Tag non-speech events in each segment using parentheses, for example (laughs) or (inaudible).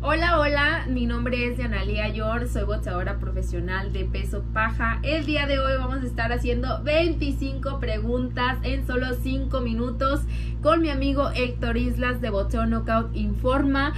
Hola, hola, mi nombre es Analia Yor, soy boxeadora profesional de peso paja. El día de hoy vamos a estar haciendo 25 preguntas en solo 5 minutos con mi amigo Héctor Islas de Boxeo Knockout Informa.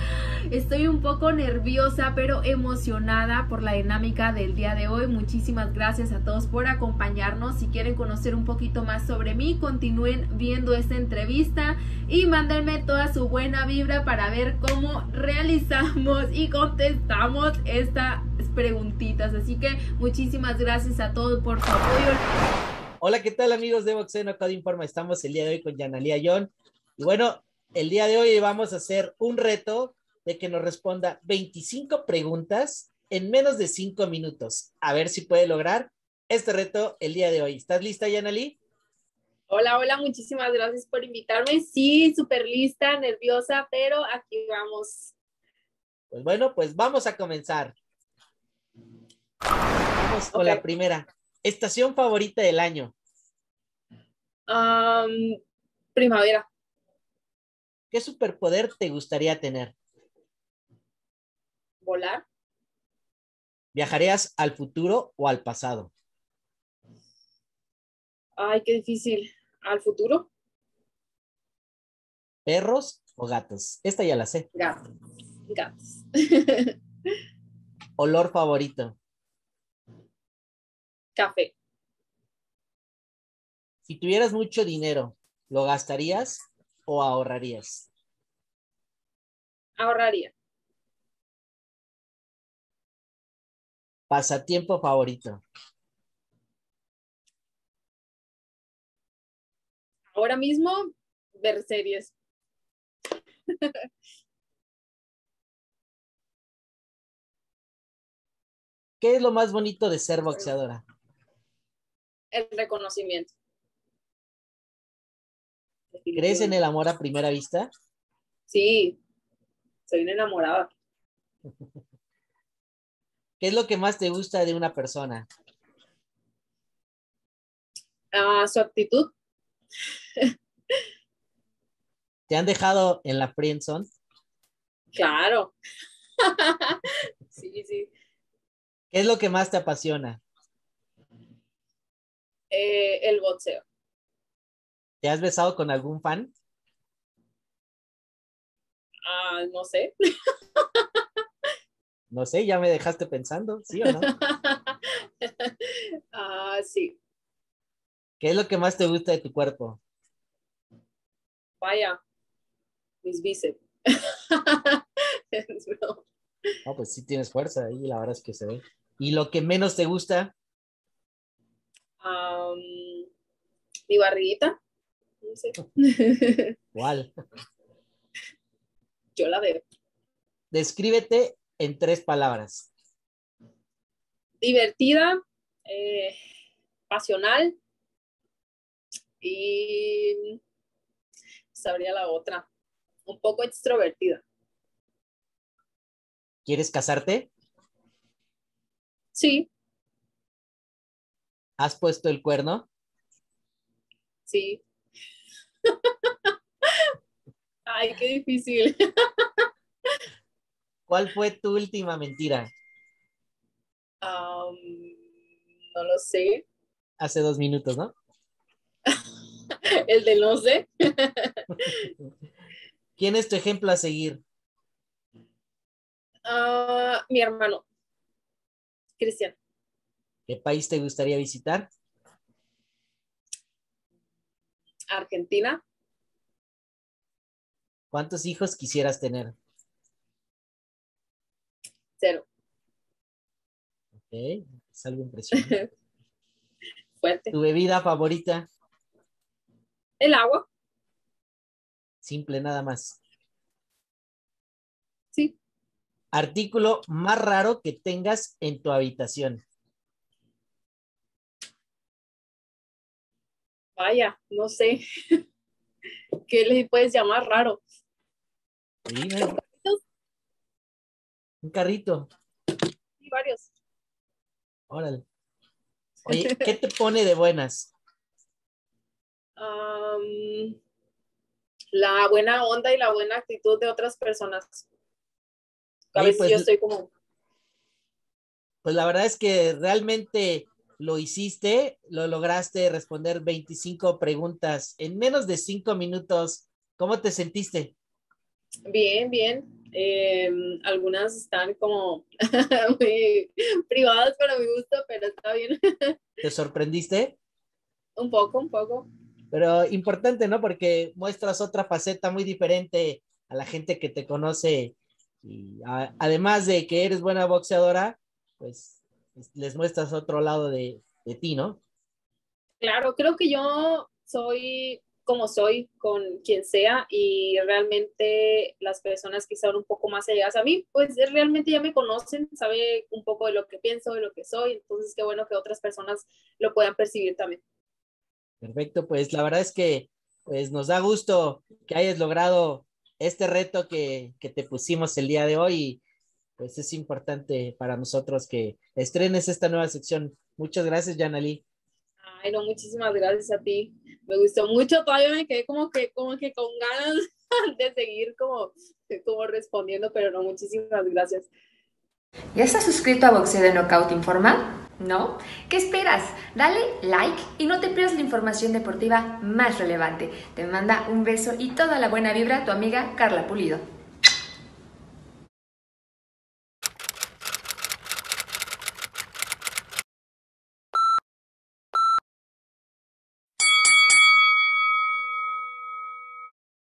Estoy un poco nerviosa pero emocionada por la dinámica del día de hoy. Muchísimas gracias a todos por acompañarnos. Si quieren conocer un poquito más sobre mí, continúen viendo esta entrevista y mándenme toda su buena vibra para ver cómo realizamos y contestamos estas preguntitas. Así que muchísimas gracias a todos por su apoyo. Hola, ¿qué tal amigos de Boxeo Nocado Informa? Estamos el día de hoy con Yanalia John. Y bueno, el día de hoy vamos a hacer un reto de que nos responda 25 preguntas en menos de 5 minutos. A ver si puede lograr este reto el día de hoy. ¿Estás lista, Yanali? Hola, hola, muchísimas gracias por invitarme. Sí, súper lista, nerviosa, pero aquí vamos. Pues bueno, pues vamos a comenzar. Vamos con okay. la primera. Estación favorita del año. Um, primavera. ¿Qué superpoder te gustaría tener? Volar. ¿Viajarías al futuro o al pasado? Ay, qué difícil. ¿Al futuro? ¿Perros o gatos? Esta ya la sé. Gatos. Gatos. Olor favorito. Café. Si tuvieras mucho dinero, ¿lo gastarías o ahorrarías? Ahorraría. Pasatiempo favorito. Ahora mismo, ver series. ¿Qué es lo más bonito de ser boxeadora? El reconocimiento. ¿Crees en el amor a primera vista? Sí, soy una enamorada. ¿Qué es lo que más te gusta de una persona? Uh, su actitud. ¿Te han dejado en la friendzone? Claro. (laughs) sí, sí. ¿Qué es lo que más te apasiona? Eh, el boxeo. ¿Te has besado con algún fan? Ah, no sé. (laughs) No sé, ya me dejaste pensando, ¿sí o no? ah, sí. ¿Qué es lo que más te gusta de tu cuerpo? Vaya, mis bíceps. (laughs) no. no, pues sí tienes fuerza ahí, la verdad es que se ve. ¿Y lo que menos te gusta? Um, Mi barriguita. No sé. (laughs) ¿Cuál? Yo la veo. Descríbete en tres palabras. Divertida, eh, pasional y sabría la otra. Un poco extrovertida. ¿Quieres casarte? Sí. ¿Has puesto el cuerno? Sí. (laughs) Ay, qué difícil. ¿Cuál fue tu última mentira? Um, no lo sé. Hace dos minutos, ¿no? el del no sé. ¿Quién es tu ejemplo a seguir? Uh, mi hermano, Cristian. ¿Qué país te gustaría visitar? Argentina. ¿Cuántos hijos quisieras tener? Cero. Ok, es algo impresionante. Fuerte. ¿Tu bebida favorita? El agua. Simple, nada más. Sí. Artículo más raro que tengas en tu habitación. Vaya, no sé. (laughs) ¿Qué le puedes llamar raro? Sí, ¿no? Un carrito. Sí, varios. Órale. (laughs) Oye, ¿qué te pone de buenas? Um, la buena onda y la buena actitud de otras personas. A Oye, veces pues- yo estoy como, Pues la verdad es que realmente lo hiciste, lo lograste responder 25 preguntas en menos de 5 minutos. ¿Cómo te sentiste? bien, bien. Eh, algunas están como (laughs) muy privadas para mi gusto, pero está bien. (laughs) ¿Te sorprendiste? un poco, un poco. Pero importante, ¿no? Porque muestras otra faceta muy diferente a la gente que te conoce. Y a- además de que eres buena boxeadora, pues es- les muestras otro lado de, de ti, ¿no? Claro, creo que yo soy como soy con quien sea y realmente las personas que son un poco más allegadas a mí, pues realmente ya me conocen, sabe un poco de lo que pienso, de lo que soy, entonces qué bueno que otras personas lo puedan percibir también. Perfecto, pues la verdad es que pues nos da gusto que hayas logrado este reto que, que te pusimos el día de hoy. Y, Pues es importante para nosotros que estrenes esta nueva sección. Muchas gracias, Yanali. Ay, no, muchísimas gracias a ti. Me gustó mucho, todavía me quedé como que, como que con ganas (laughs) de seguir como, como respondiendo, pero no, muchísimas gracias. ¿Ya estás suscrito a Boxeo de Knockout Informal? ¿No? ¿Qué esperas? Dale like y no te pierdas la información deportiva más relevante. Te manda un beso y toda la buena vibra tu amiga Carla Pulido.